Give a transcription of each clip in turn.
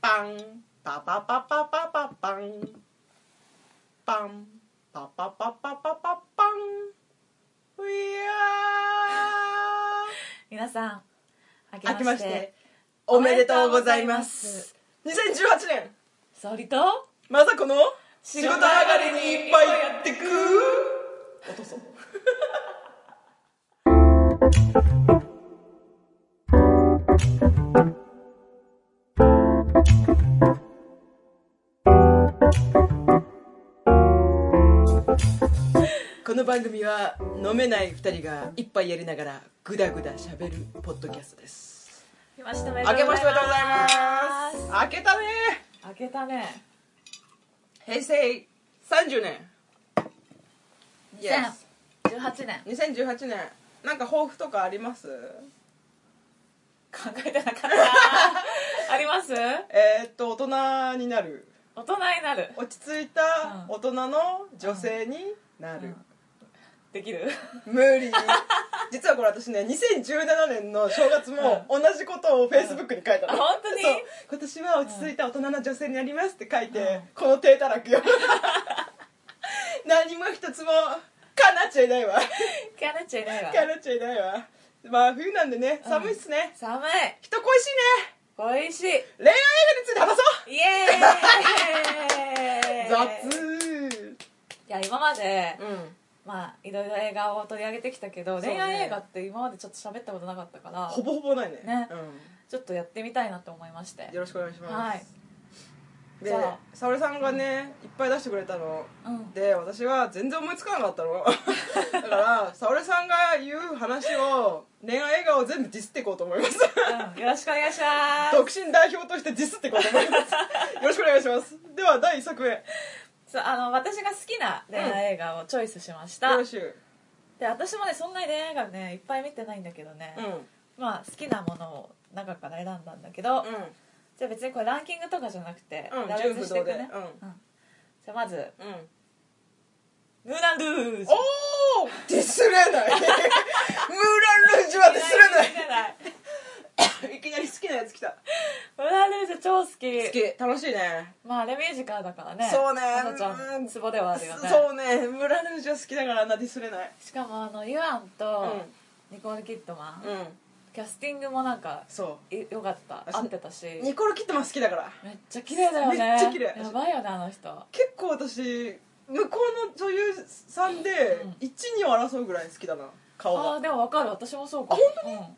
パンパパパパパパパンパンパパパパパパパンい皆さん明 やー明けましておめでとうございます2018年沙織とまさこの仕事上がりにいっぱいやってく落とそうこの番組は飲めない2人が一杯やりながらグダグダしゃべるポッドキャストです明けましておめで明けましておめでとうございすます明けたね明けたね平成30年2018年2018年なんか抱負とかあります考えてなかった ありますえー、っと大人になる大人になる落ち着いたうん大人の女性になる、できる無理実はこれ私ね2017年の正月も同じことをフェイスブックに書いたの、あ本当にそう今年は落ち着いた大人の女性になりますって書いて、うんこの手たらくよ何も一つもかなっちゃいないわキャラちゃいないわかなっちゃいないわまあ冬なんでね寒いっすね、寒い人恋しいねおいしいイエ恋愛映画について話そうー イいや今までうんまあいろいろ映画を取り上げてきたけど、そうね恋愛映画って今までちょっと喋ったことなかったからほぼほぼないねねうちょっとやってみたいなと思いましてん、よろしくお願いします、はいでじゃあ沙織さんがね、いっぱい出してくれたのうんで私は全然思いつかなかった のだから沙織さんが言う話を恋愛映画を全部ディスっていこうと思いますうんよろしくお願いしま独身代表としてディスっていこうと思いますよろしくお願いしますでは第1作目よすそうあの私が好きな恋愛映画をチョイスしました、ろしゅう、で私もねそんなに恋愛映画ねいっぱい見てないんだけどね、うんまあ好きなものを中から選んだんだけど、うじゃあ別にこれランキングとかじゃなくて、うん羅列していくね順不同でうんじゃあまずんうん「ムーラン・ルージュ」おおディスれないムーラン・ルージュはディスれない知らないいきなり好きなやつ来たムーラン・ルージュ超好き好き楽しいねまああれミュージカルだからねそうねあさちゃうんんツボではあるよねそうねムラルージュは好きだからあんなディスれないしかもあのイワンとニコール・キッドマン、うんうんキャスティングもなんかそいよかった私合ってたしうニコール・キッドマン好きだからめっちゃ綺麗だよねめっちゃ綺麗やばいよねあの人結構私向こうの女優さんでうん12を争うぐらい好きだな顔があなあでも分かる私もそうかあ本なんか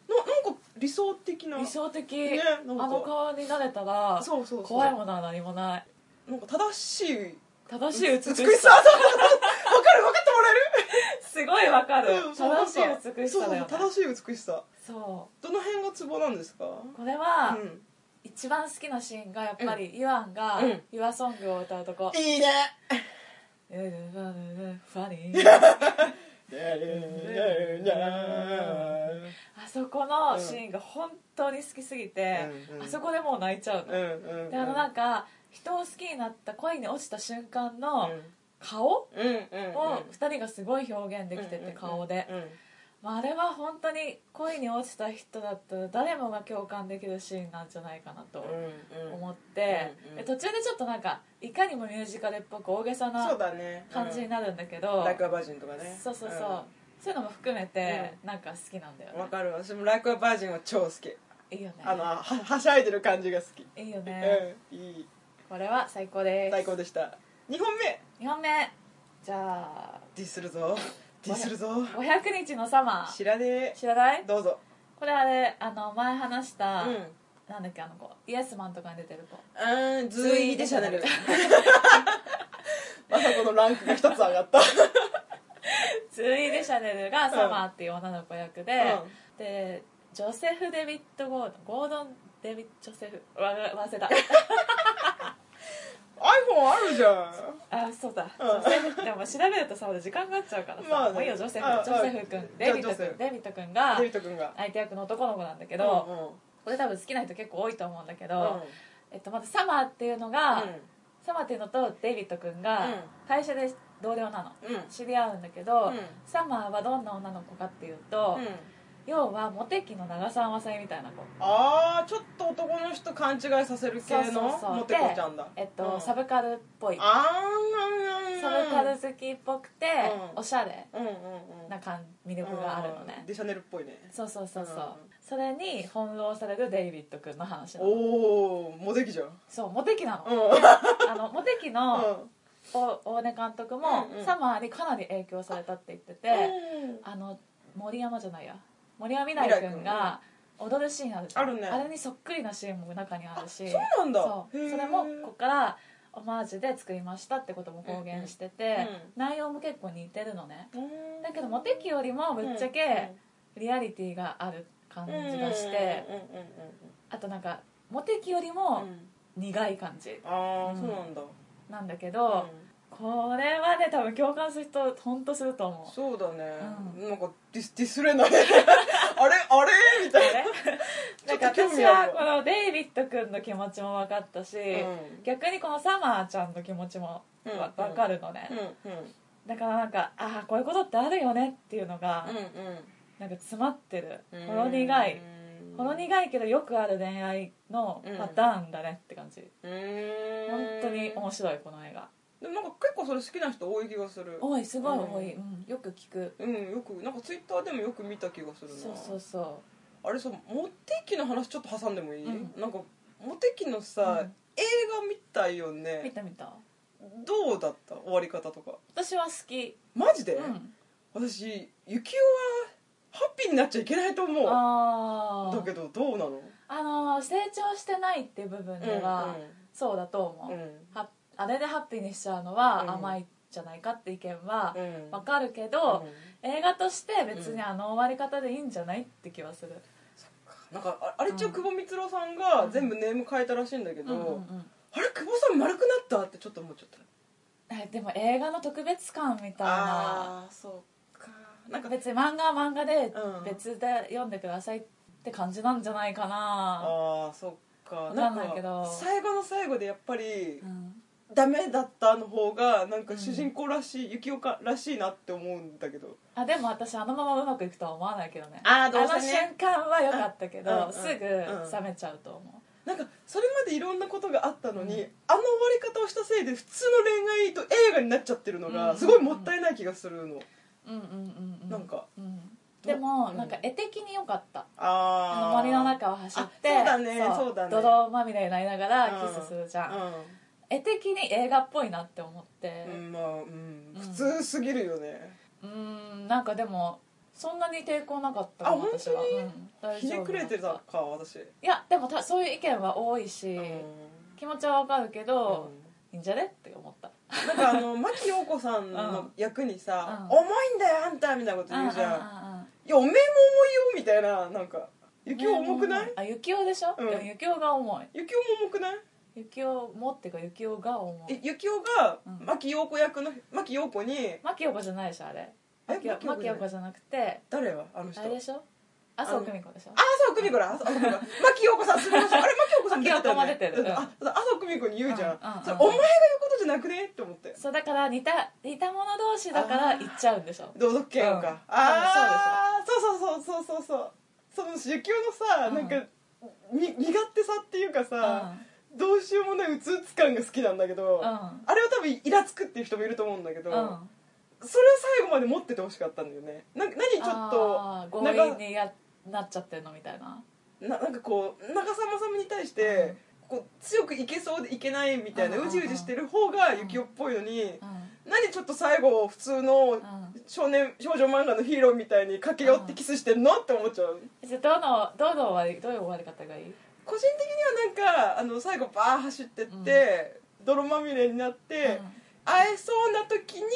理想的当な理想的、ねあなんかの顔になれたらそうそうそう怖いものは何もないなんか正しい正しい美しさ美しさそうそうそうわかる分かってもらえるすごい分かる、うんそう正しい美しさだよそねうそう正しい美しさそうどの辺がツボなんですかうこれは、ん一番好きなシーンがやっぱり、イワンがうん「イワソング」を歌うとこいいね「ファニー」うあそこのシーンが本当に好きすぎて、うんうんあそこでもう泣いちゃうの、んうんであのなんか人を好きになった恋に落ちた瞬間の顔をうんうんうん2人がすごい表現できてて顔で、まあ、あれは本当に恋に落ちた人だったら誰もが共感できるシーンなんじゃないかなと思って、うんうんで途中でちょっとなんかいかにもミュージカルっぽく大げさそうなだね感じになるんだけうど、んライクアバージンとかねそうそうそう、そういうのも含めてなんか好きなんだようんわね、かる私もライクアバージンは超好きいいよねあのははしゃいでる感じが好きいいよね、うんいいこれは最高です最高でした2本目2本目じゃあディスるぞディスるぞ500日のサマー知らね知らなえいどうぞこれあれあの前話しうた、んなんだっけあの子イエスマンとかに出てる子うんズイでシャネル まさこのランクが一つ上がったズイ・デシャネルがサマーっていう女の子役で、うんでジョセフ・デビッド・ゴードンゴードン・デビッド・ジョセフわ忘れた iPhone あるじゃん あそうだ、うんジョセフでも調べるとさまだ時間がかかっちゃうからさ、まあねもういいよジョセフあジョセフ君あデビじッゃあドジョセフ君デビッド君がデビット君が相手役の男の子なんだけけど、これ多分好きな人結構多いと思うんだけど、えっと、まずサマーっていうのうんが、サマーっていうのとデイビッド君がうん会社で同僚なの、うん知り合うんだけど、うんサマーはどんな女の子かっていうと、うん要はモテ期の長澤まさみみたいな子ああちょっと男の人勘違いさせる系そうのそうそうモテ子ちゃんだえっと、うんサブカルっぽいあーサブカル好きっぽくて、うんおしゃれうんうんうんな感魅力があるのねデシャネルっぽいねそうそうそうそう、うんそれに翻弄されるデイビッド君の話なのおおモテ期じゃんそうモテ期なの、うんあのモテ期のお大根監督も、うんうんサマーにかなり影響されたって言ってて、うんあの森山じゃないや森山未来君が踊るシーンあるじゃんあるねれにそっくりなシーンも中にあるしそうなんだそうへーそれもここからオマージュで作りましたってことも公言してて、内容も結構似てるのねうんだけどモテ期よりもぶっちゃけリアリティがある感うじんがしてうんうんうんあとなんかモテ期よりうんうもんうん苦い感じあうあんそうなんだなんだけど、これはね多分共感する人ほんとするとうん 思うそうだねうなんかディスディスれない あれあれみたいねなんかちょっと興私味あはるわこのデイビッド君の気持ちも分かったし、うん逆にこのサマーちゃんの気持ちもわうん分かるのね、なうんうんだからなんかああこういうことってあるよねっていうのが、うなんか詰まってるんうんほろ苦いうんほろ苦いけどよくある恋愛のパターンだねって感じ、うーん本当に面白いこの映画でもなんか結構それ好きな人多い気がする多いすごい多い、ううんよく聞くうんよくなんかツイッターでもよく見た気がするなそうそうそあれさモテ期の話ちょっと挟んでもいい、うんなんかモテ期のさ、うん映画見たいよう見ねた見たどうだった終わり方とか私は好き、マジで、うん、私ユキオはハッピーになっちゃいけないと思うだああけどどうなのあのー成長してないっていう部分では、そうだと思うんう、うんはあれでハッピーにしちゃうのうはん甘いんじゃないかって意見はうんわかるけうど、ん映画として別にあの終わり方でいいんじゃないって気はする、なんかああれ一応久保光郎さんがうん全部ネーム変えたらしいんだけうど、んうんうんあれ久保さん丸くなったってちょっと思っちゃったえでも映画の特別感みたいなあーそうかなんか別に漫画は漫画でうん別で読んでくださいって感じなんじゃないかな、ああそっかわかんないけどんか最後の最後でやっぱりうんダメだったの方がなんか主人公らしい、雪岡らしいなって思うんだけどあでも私あのままうまくいくとは思わないけどねあーどうせねの瞬間は良かったけど、うんうんすぐ冷めちゃうと思う、なんかそれまでいろんなことがあったのに、うんあの終わり方をしたせいで普通の恋愛と映画になっちゃってるのうがんすごいもったいない気がするの、うんうんうんうんなんか、うん、でも、うんなんか絵的に良かったああの森の中を走ってあそうだねそうだね泥まみれになりながらうんキスするじゃん、う絵的に映画っぽいなって思ってん、うん、まあ、うん、普通すぎるよね、うんんなんかでもそんなに抵抗なかったかもあ私は本当にうん大ひ丈夫ねくれてたか私、いやでもたそういう意見は多いし、うん気持ちはわかるけど、うんいいんじゃねって思ったなんかあの牧陽子さんの役にさ「うん重いんだよあんた」みたいなこと言うじゃん「あいやおめえも重いよ」みたいななんか「雪男重くないあ雪男でしょ、うんでも雪男が重い雪男も重くない雪男もっていうか雪男が重えい雪男がうん牧陽子役の牧陽子にマキオコじゃないでしょあれえマキオママキキオオココじゃなくて誰はあの人あれでしょ麻生久美子でしょあそう久美子だあそう久美子だ牧陽子さんすみませんあれ牧陽子さん牧陽子も出てるうんあそうあそう久美子に言うじゃうんうんうんんそれお前が言うことじゃなくねって思ってそうだから似た似た者同士だから行っちゃうんでしょ同族嫌悪うんかああそうそうそうそうそうそうその雪男のさうんなんかに苦手さっていうかうさんどうしようもないうつうつ感が好きなんだけど、うんあれは多分イラつくっていう人もいると思うんだけど、うんそれを最後まで持っててほしかったんだよねな何ちょっあーと強長引にやなっちゃってるのみたいなななんかこう長澤まさみに対して、こう強くいけそうでいけないみたいな、ううんうんうんじうじしてる方が幸男っぽいのに、うん何ちょっと最後普通のうん少年少女漫画のヒーローみたいに駆け寄ってキスしてんのって思っちゃうじゃあどのどの終わりどういう終わり方がいい個人的にはなんかあの最後バー走ってって、泥まみれになって、会えそうな時に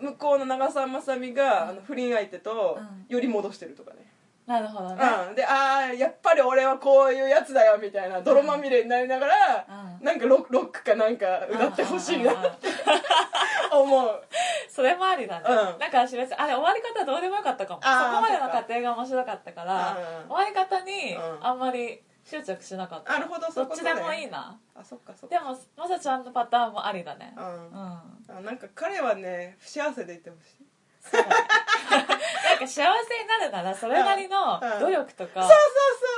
向こうの長澤まさみが、うんあの不倫相手とうんより戻してるとかね、なるほどねうんでああやっぱり俺はこういうやつだよみたいな泥まみれになりながら、うんなんかロロックかなんか歌ってほしいなうんうんうんうん思うそれもありだね、うんなんか私別にあれ終わり方どうでもよかったかもそあーこまでの過程が面白かったかうらんうん終わり方にうんあんまり執着しなかった、なるほどどそういうっこちとでねもいいなあそっかそっかでもまさちゃんのパターンもありだねうんうんあなんか彼はね不幸せでいてほしいそうなんか幸せになるならそれなりの努力とかそう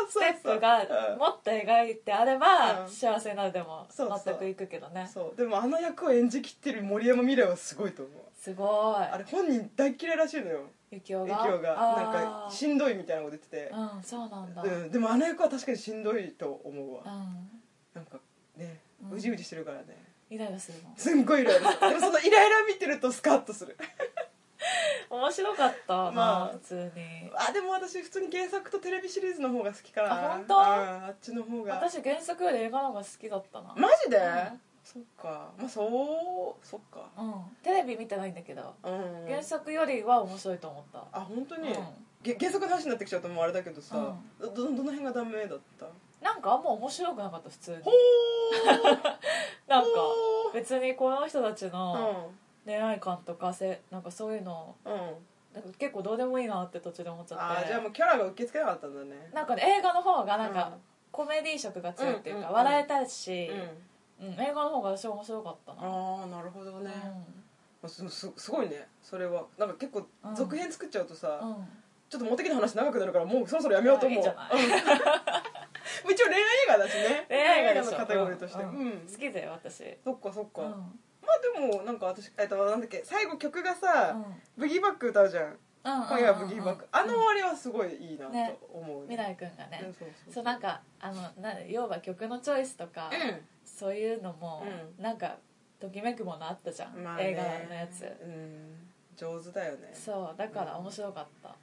スそうそうそうテップがうんもっと描いてあればうん幸せになるでもそうそう全くいくけどねそうでもあの役を演じきってる森山未来はすごいと思うすごあいれ本人大っ嫌いらしいのよゆきお影が響がなんあかーしんどいみたいなこと言ってて、うんそうなんだ、うん、でもあの役は確かにしんどいと思うわ、うんなんかねうんうじうじしてるからね、イライラするもんすんごいイライラするでもそのイライラ見てるとスカッとする面白かったな、まあ普通にあでも私普通に原作とテレビシリーズの方が好きかなあ本当うんあっちの方が私原作より映画の方が好きだったなマジで、うんそっかまあそうそっかうんテレビ見てないんだけどうん原作よりは面白いと思ったあ本当に、うんげ原作の話になってきちゃうともうあれだけどさ、どどどの辺がダメだったなんかあんま面白くなかった普通にほなんかほー別にこの人たちのー恋愛観とかせなんかそういうのうんうんなんか結構どうでもいいなって途中で思っちゃあっーてじゃあもうキャラが受け付けなかったんだねなんかね映画の方がなんうかんコメディ色が強いっていううんうんか、うん笑えたうしん、うん映画の方が私は面白かったなああなるほどうんね、まあすすすごいねそれはなんか結構うん続編作っちゃうとさ、うんちょっとモテキの話長くなるからもうそろそろやめようと思う、いいんじゃないうん 一応恋愛映画だしね恋愛映画でしょのカテゴリーとしてう、うんん好きだよ私そっかそっか、うんまあでもなんか私えっとなんだっけ最後曲がさ、ブギーバック歌うじゃんうん今夜はブギーバック、あのうん終わりはすごいいいなとね思う、未来君がね、うんそうそうそうなんかあのな要は曲のチョイスとか、そういうのも、なんかときめくものあったじゃん、うんまあね映画のやつうん上手だよねそうだから面白かった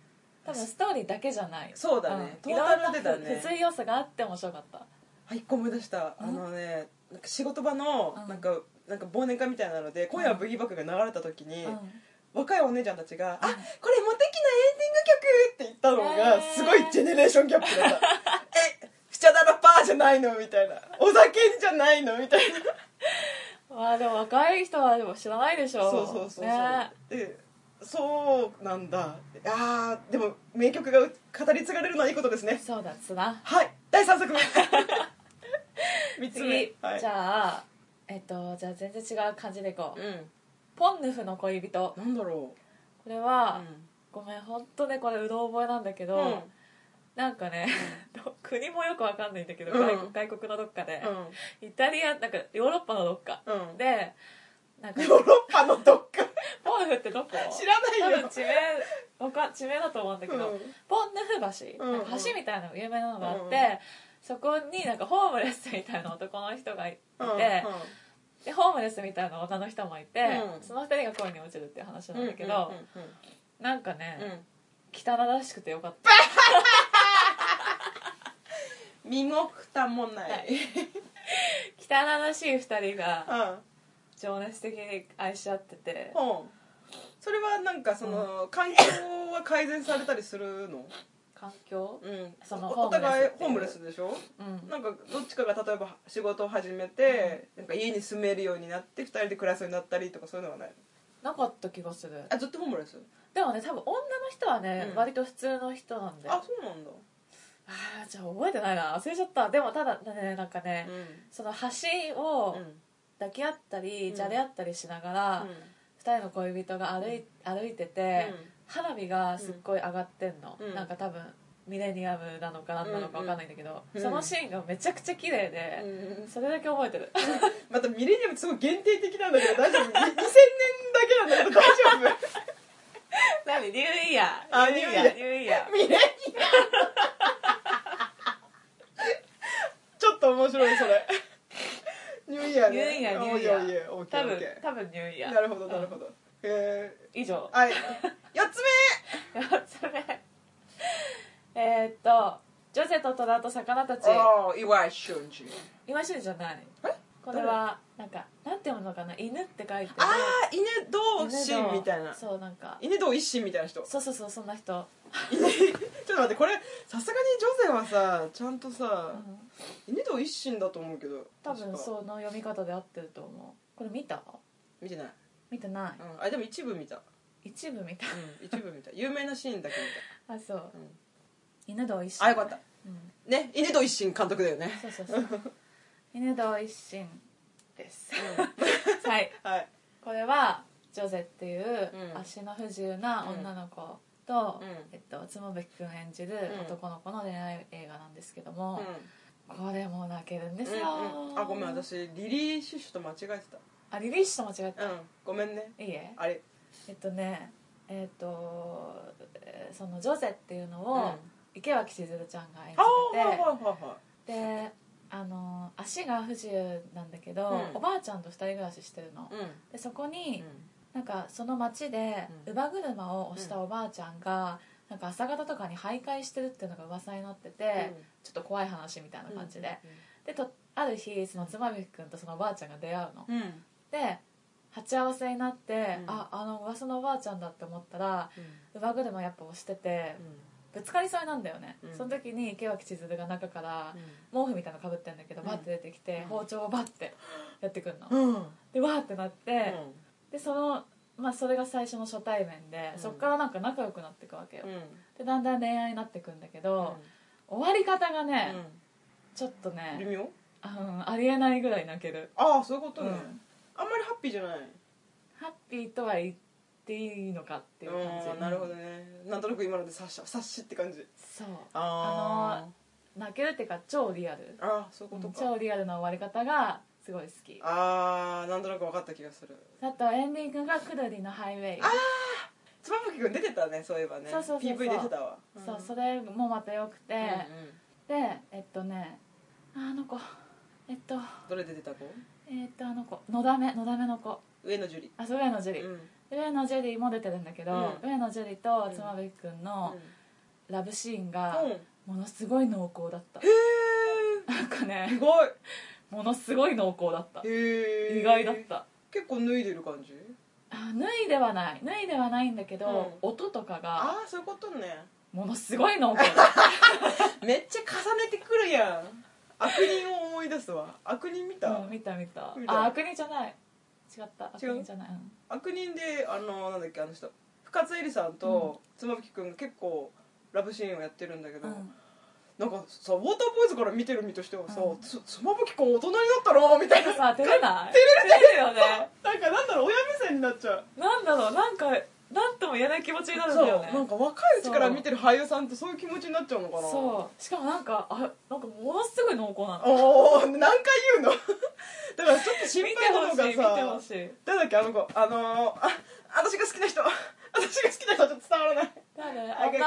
多分ストーリーだけじゃないそうだねうんトータルでだねいろんな不不随要素があって面白かったあ一個思い出したあうんのねなんか仕事場のうんなんかなんか忘年会みたいなので今夜はブギーバックが流れた時にうん若いお姉ちゃんたちが「あうんこれモテキのエンディング曲!」って言ったのがへーすごいジェネレーションギャップだった 「えフチャダラパーじゃないの?」みたいな「お酒じゃないの?」みたいなまあでも若い人はでも知らないでしょそうそうそうそう、ねでそうなんだあーでも名曲が語り継がれるのはいいことですねそうだつなはい第3作目3つ目次、はいじゃあえっとじゃあ全然違う感じでいこう、うポンヌフの恋人こんなんだろれうは、うごめん本当ねこれうろ覚えなんだけど、んうんなんかね 国もよくわかんないんだけど、うん外国外国のどっかで、イタリアなんかヨーロッパのどっか、うんでなんかヨーロッパのどっかポンヌフってどこ知ら多ない分よ地名わか地名だと思うんだけど、うんポンヌフ橋、うんなんか橋みたいなの有名なのがあって、うんそこになんかホームレスみたいな男の人がいて、うんでホームレスみたいな女の人もいて、うんその二人が恋に落ちるっていう話うなんんうだんけど、うなんかんうんね、うん汚らしくてよかった身も蓋もなはいい汚らしい2人うがん情熱的に愛し合っててうんそれはなんかその環境は改善されたりするの環境うんそのおお互いホーホームムレレススでしょうんなんかどっちかが例えば仕事を始めて、なんか家に住めるようになって2人で暮らすようになったりとかそういうのはないなかった気がするあずっとホームレスでもね多分女の人はね、うん割と普通の人なんでああそうなんだ、あーじゃあ覚えてないな忘れちゃったでもただねなんかね、うその橋をん抱き合ったり、うんじゃれ合ったりしながら、二人の恋人が歩い歩いてて、花火がすっごい上がってんの、うんなんか多分ミレニアムなのか何なのか分かんないんだけど、うんそのシーンがめちゃくちゃ綺麗で、うんそれだけ覚 えてるまたミレニアムってすごい限定的なんだけど大丈夫2000年だけなんだけど大丈何ニューイヤーあニューイヤニューニューイヤー夫ミレニアムちょっと面白いそれニューイヤーニューねイヤーニューイあいやいやヤーオッケ多ーオ分ッケ多分ニューイヤーーなるほどなるほどえ以上 ー、はい4つ4つ目 えーっと「ジョゼと虎と魚たち目」ああ岩井俊二今週じゃないえこれはなんかなんて読むのかな「犬」って書いてるああ犬同犬士のみたいなそうなんか犬同一心みたいな人そうそうそうそんな人、犬ちょっと待ってこれさすがに女性はさちゃんとうさ、ん、犬堂一心だと思うけど多分うその読み方で合ってると思うこれ見た見てない、見てなうん、あでも一部見た、い一部見たうん、一部見 た有名なシーンだけあそう見犬堂一た、心あよかったうん、ね犬堂一心監督だよねそうそうそう犬堂一心ですはいはいこれは「ジョゼっていううん足の不自由な女の子と、えっと、妻夫木君演じるうん男の子の恋愛映画なんですけども、うこれも泣けるんですよ、んうんあごめん私リリー・シュシュと間違えてあリリーシュと間違えたた、うんごめんねいいえあれえっとねえっとえーそのジョゼっていうのを、うん池脇千鶴ちゃんが演あーはいはいじはいはててであの足が不自由なんだけど、うんおばあちゃんと二人暮らししてるの、いうんでそこに、なんかその町でうん乳母車を押したおばあちゃんが、なんか朝方とかに徘徊してるっていうのが噂になってて、ちょっと怖い話みたいな感じで、でとある日その妻夫木君とそのおばあちゃんが出会うの、うんで鉢合わせになって、うんああの噂のおばあちゃんだって思ったら乳母車やっぱ押しててぶつかりそうになんだよね、うんその時に池脇千鶴が中から毛布みたいなのかぶってんだけどうんバッて出てきて、うん包丁をバッてやってくるの、うんうんでわーってなって、でそのまあそれが最初の初対面で、うんそっからなんか仲良くなっていくわけよ、うんでだんだん恋愛になっていくんだけうんど、終わり方がね、うちょっとん微ね、妙あうん、ありえないぐらい泣ける、ああそういうことねうんあんまりハッピーじゃないハッピーとは言っていいのかっていう感うじんなるほどねなんとなく今ので察し察しって感じそうあー泣けるっていうか超リアルあーそういうことか、超リアルな終わり方がすごい好きあーなんとなく分かった気がするあとエンディングが「くるりのハイウェイ」妻夫木君出てたねそういえばねそうそうそうそう PV 出てたわそうそれれもまたよくて、うんうんでえっとねあの子えっとどれ出てた子えっとあの子のだめのだめの子上野樹里あそう上野樹里、うん上野樹里も出てるんだけど、うん上野樹里と妻夫木君うんのラブシーンうがんへものすごい濃厚だった、えなんか意ね外ものすごい濃厚だったへえ意外だった結構脱いでる感じあ脱いではない脱いではないんだけど、う音とかがああそういうことねものすごい濃厚だめっちゃ重ねてくるやん悪人を思い出すわ悪人見た、うん見た見た見たあ悪人じゃない違った悪違う人じゃない、うん悪人であのなんだっけあの人深津絵里さんと妻夫木君が結構ラブシーンをやってるんだけど、うんなんかさウォーターボーイズから見てる身としてはさ、うんつ妻夫木君大人になったなみたいなさ照れない照れるよねなんかなんだろう親目線になっちゃうなんだろうなんかなんとも言えない気持ちになるんだよねそうなんか若いうちから見てる俳優さんってそういう気持ちになっちゃうのかなそうしかもなんかあなんかものすごい濃厚なのおお何回言うの だからちょっと見心て配なほのしい見てがほさしい誰だっけあの子あのー、あ私が好きな人 私が好きな人はちょっと伝わらない誰あ女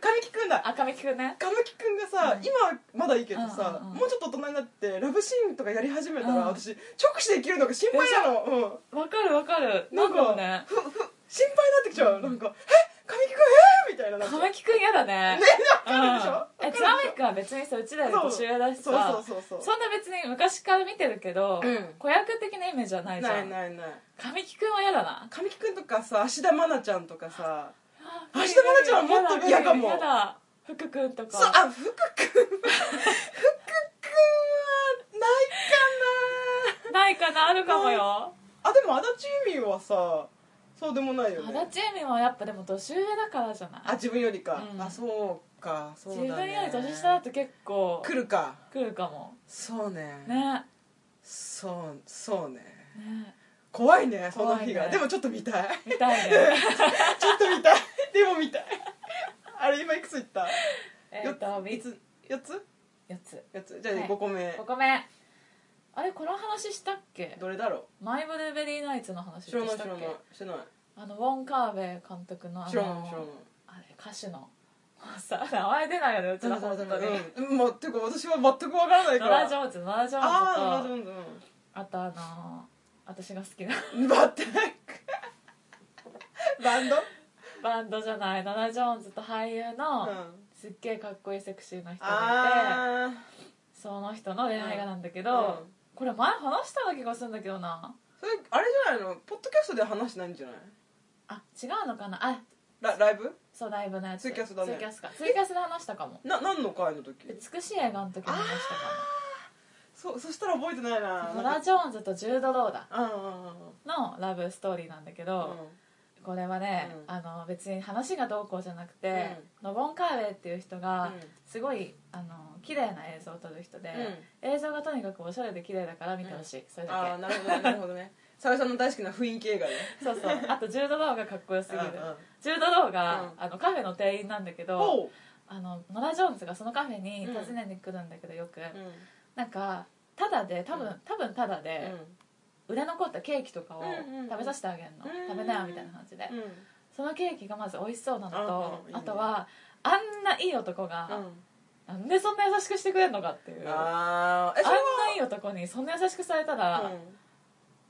神木君だ赤目くんね歌舞伎くんがさ、うん今はまだいいけどさ、うんうんうんもうちょっと大人になってラブシーンとかやり始めたら、うん私直視できるのが心配なの、うん、わかるわかるななんんかだろうねふふ心配になってきちゃう、なんか「え神木くんえーみたいななんか赤目くん嫌だねねうんわかるでしょわかえるでしつょまみくんは別にさうちらより年上だしそうそさうそうそうそんな別に昔から見てるけど、うん子役的なイメージはないじなゃいんないない神木くんは嫌だな神木くんとかさ芦田愛菜ちゃんとかさ明芦田愛菜ちゃんはもっと嫌かも嫌だ福くんとそうかあ福くん 福くんはないかないかなあるかもよなあでも足立由美はさそうでもないよね足立恵美はやっぱでも年上だからじゃあない自分よりか、うんあそうかそう自だ、ね、分より年下だと結構来るか来るかもそうねねそうそうね ね怖いねその日が、怖いでねもちょっと見たいみたいねちょっと見たいでも見たいあれ今いくついったえっと4 4つつ4つ4つ四つじゃあはい5個目、 5個目あれこの話したっけどれだろマイブルーベリーナイツの話うっ知らてない知らしたっないけ知らないあのウォン・カーベイ監督のあ知らないの知らないあれ歌手の もうさ名前出ないよねうちら本当にうん、まあ、てか私は全くわからないかノラ・らジョーンズノラ・ジョああーンノズとラジョーンあとあの私が好きなズうん全くバンドバンドじゃないノラ・ジョーンズと俳優うの、んすっげえかっこいいセクシーな人がいてああその人の恋愛がなんだけうど、んうんこれ前話したような気がするんだけどなそれあれじゃないのポッドキャストで話してないんじゃないあ違うのかなあラライブそうライブのやつツイキャスだねツイキャスかツイキャスで話したかもな何の回の時美しい映画の時に話したそそしたら覚えてないなかもノラ・ジジョーンズとジュード・ローダうんうんうんのラブストーリーなんだけうんど、これはね、うんあの別に話がどうこうじゃなくて、ノボン・カーウェイっていう人がすごいあの綺麗な映像を撮る人で、映像がとにかくおしゃれで綺麗だから見てほしい、それああだなるほどねなるほどね佐々木さんの大好きな雰囲気映画ねそうそうあとジュード・ローがかっこよすぎるうんうんジュード・ローが、うんあのカフェの店員なんだけどほあのノラ・ジョーンズがそのカフェに訪ねに来るんだけどよく、ううんなんかただで多分、うん多分ただで、売れ残ったケーキとかをうんうん食べさせてあげるの、うん食べなよみたいな感じで、うんそのケーキがまず美味しそうなのとう、んうんいいねあとはあんないい男うが、んなんでそんな優しくしてくれるのかっていうあああえんそれはないい男にそんな優しくされたら、うん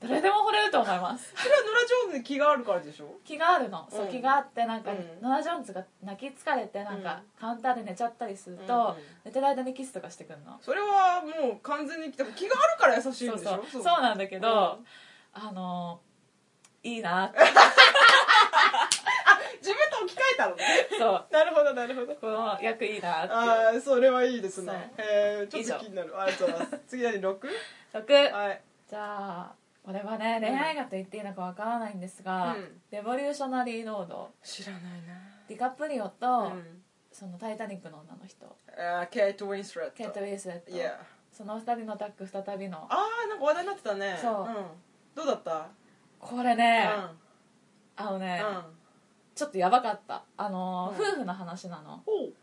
誰でも惚れると思いますそれはノラ・ジョーンズに気があるからでしょ気があるの、そううん気があってなんか、うんノラ・ジョーンズが泣き疲れてなんか、カウンターで寝ちゃったりすると、うんうん寝てる間にキスとかしてくんのそれはもう完全に気があるから優しいんでそうしそょうそうなんだけど、あのいいなって自分と置き換えたのね そうなるほどなるほどこの役いいなっていうああそれはいいですねそうえー、ちょっと気になるありがとうございます次何 6? 6はいじゃあこれはねん恋愛画と言っていいのかわからないんですが、うんレボリューショナリー・ロード知らないなディカプリオと、うんその「タイタニック」の女の人あーケイト・ウィンスレットケイト・ウィンスレット、いやその二人のタッグ再びのああなんか話題になってたね、そうんどうだったこれね、あのね、うんうんちょっとやばかったあのー、うん夫婦の話なのおう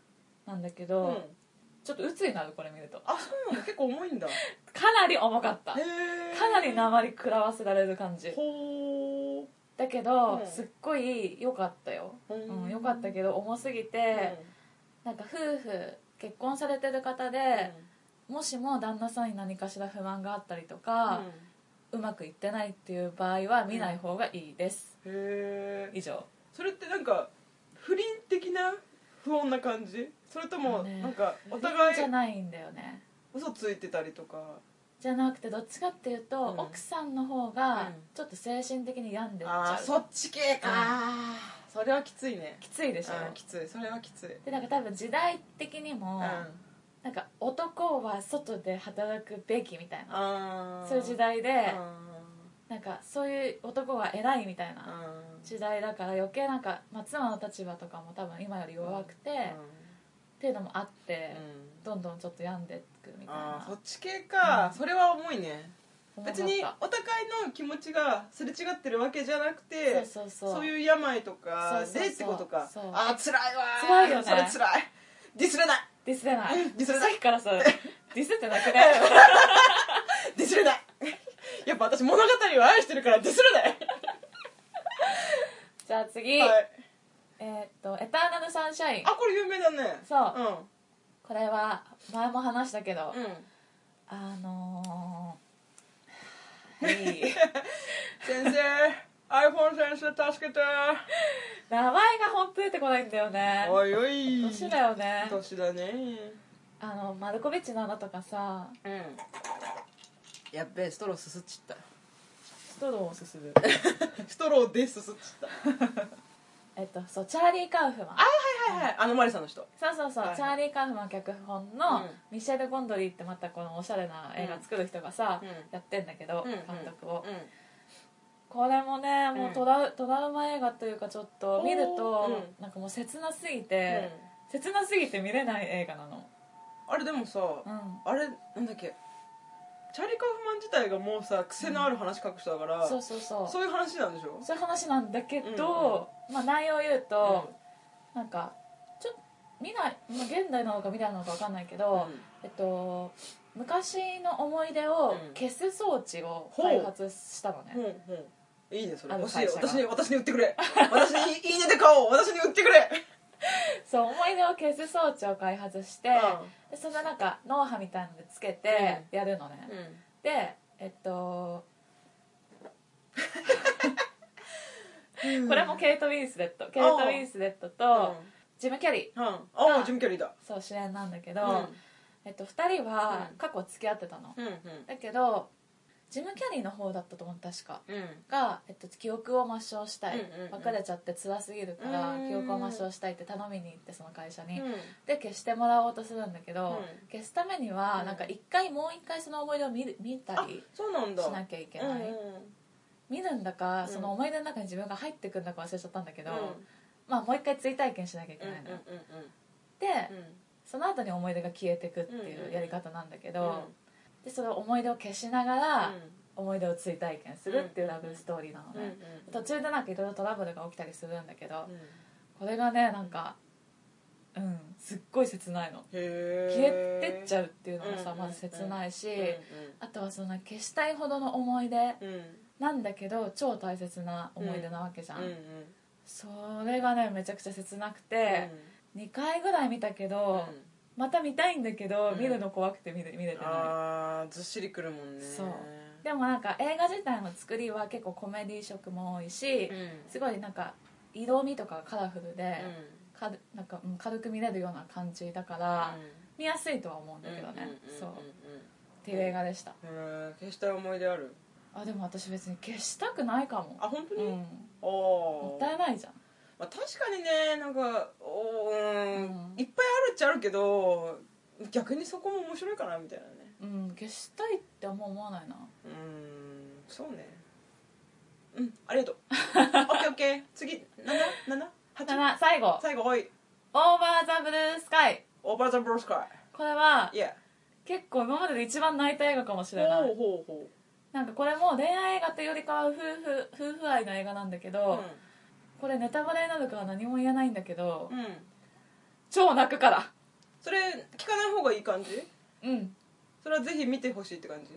なんだけうど、んちょっと鬱になるこれ見るとあそうなの結構重いんだへかなり重かったえかなり鉛食らわせられる感じほうだけど、うんすっごい良かったよ、うんうん、良かったけど重すぎて、なんか夫婦結婚されてる方で、もしも旦那さんに何かしら不満があったりとか、うまくいってないっていう場合は見ない方がいいです、うんへえ以上それってなんか不倫的な不穏な感じそれともあのねなんかお互いじゃないんだよね嘘ついてたりとかじゃなくてどっちかっていうと、うん奥さんの方うがんちょっと精神的に病んでっちあゃあう、そっち系か、うんあーそれはきついねきついでしょあーきついそれはきついでなんか多分時代的にも、うんなんか男は外で働くべきみたいなあーそういう時代うでんなんかそういう男は偉いみたいなうん時代だから余計なんか、まあ、妻の立場とかも多分今より弱くて、っていうのもあって、うんどんどんちょっと病んでいくみたいあーなそっち系か、うんそれは重いね思かっ別たにお互いの気持ちがすれ違ってるわけじゃなくてそうそうそうそういう病とかそうそうそうでってことかそうああ辛いわー辛いよねそれ辛いディスれないディスれないうんディスれないさっきからさディスって なくねディスれないやっぱ私物語を愛してるからディスれないじゃあ次、はい、えーっと「エターナルサンシャインあこれ有名だねそうこれは前も話したけど、うん、うん、あ のー、はい先生 iPhone 先生助けて名前が本当出てこないんだよねおいおい年だよね年だねあのマルコビッチの穴とかさうんやっべえストローすすっちったストローをすするストローですすっちったえっとそうチャーリー・カウフマンはいはいはいあのマリさんの人そうそうそう、はいチャーリー・カウフマン脚本うのんミシェル・ゴンドリーってまたこのおしゃれな映画作る人がさ、うんやってんだけど、うん監督を、うんこれもねもううんトラ,、トラウマ映画というかちょっと見ると、うなんかもう切なすぎて、切なすぎて見れない映画なのあれでもさ、うあれなんだっけチャーリー・カフマン自体がもうさ癖のある話書く人だから、んそうそうそうそういう話なんでしょそういう話なんだけど、まあ、内容を言うと、なんかちょっと見ない、まあ、現代なのか未来なのか分かんないけど、うんえっと、昔の思い出をうん消す装置を開発したのね、ほうほういいねそれある欲しい会社が私に私に売ってくれ私にいいねで買おう私に売ってくれそう思い出を消す装置を開発して、うでそれなんか脳波みたいのでつけてやるのね、でえっとうんこれもケイト・ウィンスレット、ケイト・ウィンスレットとジム・キャリー、うん、うん、ああジム・キャリーだそう主演なんだけうど、えっと、2人はうん過去付き合ってたの、うんうんだけどジム・キャリーの方だったと思う確かうんが、えっと、記憶を抹消したい、うんうんうん別れちゃって辛すぎるからうん記憶を抹消したいって頼みに行ってその会社に、うんで消してもらおうとするんだけど、うん消すためには、うんなんか一回もう一回その思い出を見る見たありそうなんしだなきゃいけない、うんうん見るんだかうんその思い出の中に自分が入ってくるんだか忘れちゃったんだけど、うんまあもう一回追体験しなきゃいけうんうんないのよ、うで、んその後に思い出が消えてくっていうやり方なんだけど、でその思い出を消しながら、うん思い出を追体験するっていうラブストーリーなのね、途中でなんかいろいろトラブルが起きたりするんだけど、うんへこれがねなんかうんすっごい切ないのえ消えてっちゃうっていうのがさ、うんまず切ないし、うあとはその消したいほどの思い出んうんなんだけど超大切な思い出なわけじゃん、うんそれがねめちゃくちゃ切なくて、2回ぐらい見たけうんど、また見たいんだけど、うん見るの怖くて見れ見れてなあーずっしりくるもんねそういでもなんか映画自体の作りは結構コメディ色も多いし、うんすごいなんか色味とかがカラフルで、うんかるなんかうん軽く見れるような感じだから、見やすいとは思うんだけどね、そうっていう映画でしたうんうんへえ消したい思い出あるあでも私別に消したくないかもあ本当うに、んあもっあたいないじゃんまあ、確かにねなんかおーうん、うんいっぱいあるっちゃあるけど逆にそこも面白いかなみたいなねうん消したいってあんま思わないなうんそうねうんありがとうオッケーオッケー次た 77?8? だ最後最後はい「オーバー・ザ・ブルースカイオーバーザブロスカ」これはイイエ結構今までで一番泣いた映画かもしれーなほいうほうほなんかこれも恋愛映画というよりかは夫婦夫婦愛の映画なんだけうど、これネタバレになるから何も言えないんだけど、うん、うん、超泣くからそれ聞かない方がいい感じうんそれはぜひ見てほしいって感じ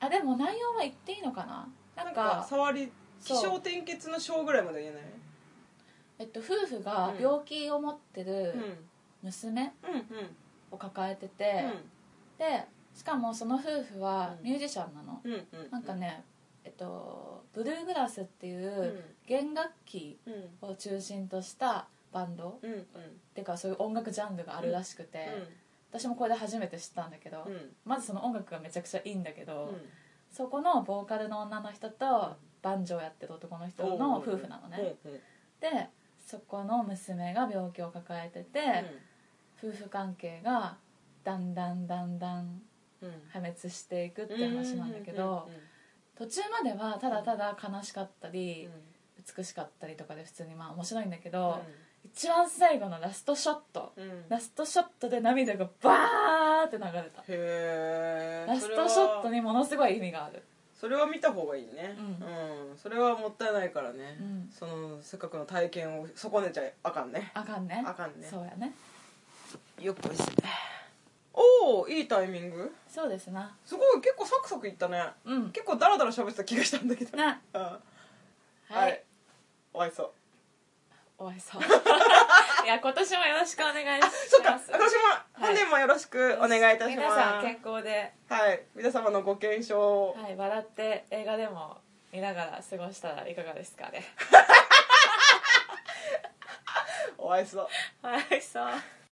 あでも内容は言っていいのかななんか触り気そう象転結の章ぐらいまで言えないえっと、夫婦が病気を持ってうんる娘うんうんを抱えてて、でしかもその夫婦はうんミュージシャンなの、うんうんうんなんかね、えっと、ブルーグラスっていううん弦楽器うんを中心としたバンド、っうんうんていうかそういう音楽ジャンルがあるらしくて、私もこれで初めて知ったんだけど、うんうんまずその音楽がめちゃくちゃいいんだけど、うんそこのボーカルの女の人とバンジョーやってる男の人の夫婦なのね、うんうんでそこの娘が病気を抱えてて、夫婦関係がだんだんだんだんうん破滅していくって話なんだけどう途中まではただただ悲しかったんうんり美しかったりとかで普通にまあ面白いんだけうどん一番最後のラストショットうんうんラストショットで涙がバーって流れたへえラストショットねにものすごい意味があるそれは見た方がいいねううんそれはもったいないからねうんそのせっかくの体験を損ねちゃあかんねあかんねあかんねそうやねよっこいしおおいいタイミングそうですなすごい結構サクサクいったねうん結構ダラダラ喋ってた気がしたんだけどなうんはい、お会いそうお会 いそういや今年もよろしくお願いしそっかま私すも本年もよろしくお願いいたし皆さまんす健康ではい皆様のご健勝を はい、笑って映画でも見ながら過ごしたらいかがですかね。お会いそう はい、そう。